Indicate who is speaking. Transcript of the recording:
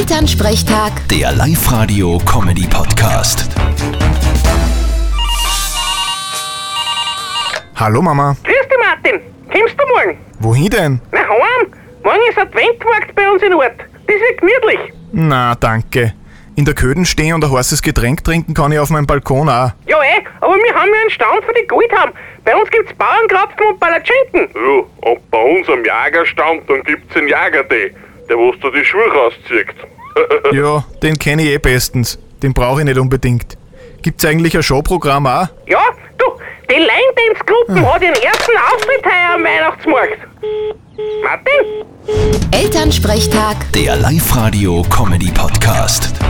Speaker 1: Elternsprechtag,
Speaker 2: Der Live-Radio-Comedy-Podcast.
Speaker 3: Hallo Mama,
Speaker 4: Grüß dich, Martin. Kommst du morgen?
Speaker 3: wohin denn?
Speaker 4: Na, heim. Morgen ist Adventmarkt bei uns in Ort. Das wird gemütlich.
Speaker 3: Na, danke. In der Köden stehen und ein heißes Getränk trinken kann ich auf meinem Balkon auch.
Speaker 4: Ja, eh, aber wir haben ja einen Stand für die Goldham. Bei uns gibt's Bauernkropfen und Palatschinken.
Speaker 5: Ja, und bei uns am Jägerstand, dann gibt's einen Jägerdee, der was da die Schuhe rauszieht.
Speaker 3: Ja, den kenne ich eh bestens. Den brauche ich nicht unbedingt. Gibt's eigentlich ein Showprogramm auch?
Speaker 4: Ja, du, die Line Dance Gruppen hat ihren ersten Auftritt heuer am Weihnachtsmarkt. Martin?
Speaker 1: Elternsprechtag.
Speaker 2: Der Live-Radio-Comedy-Podcast.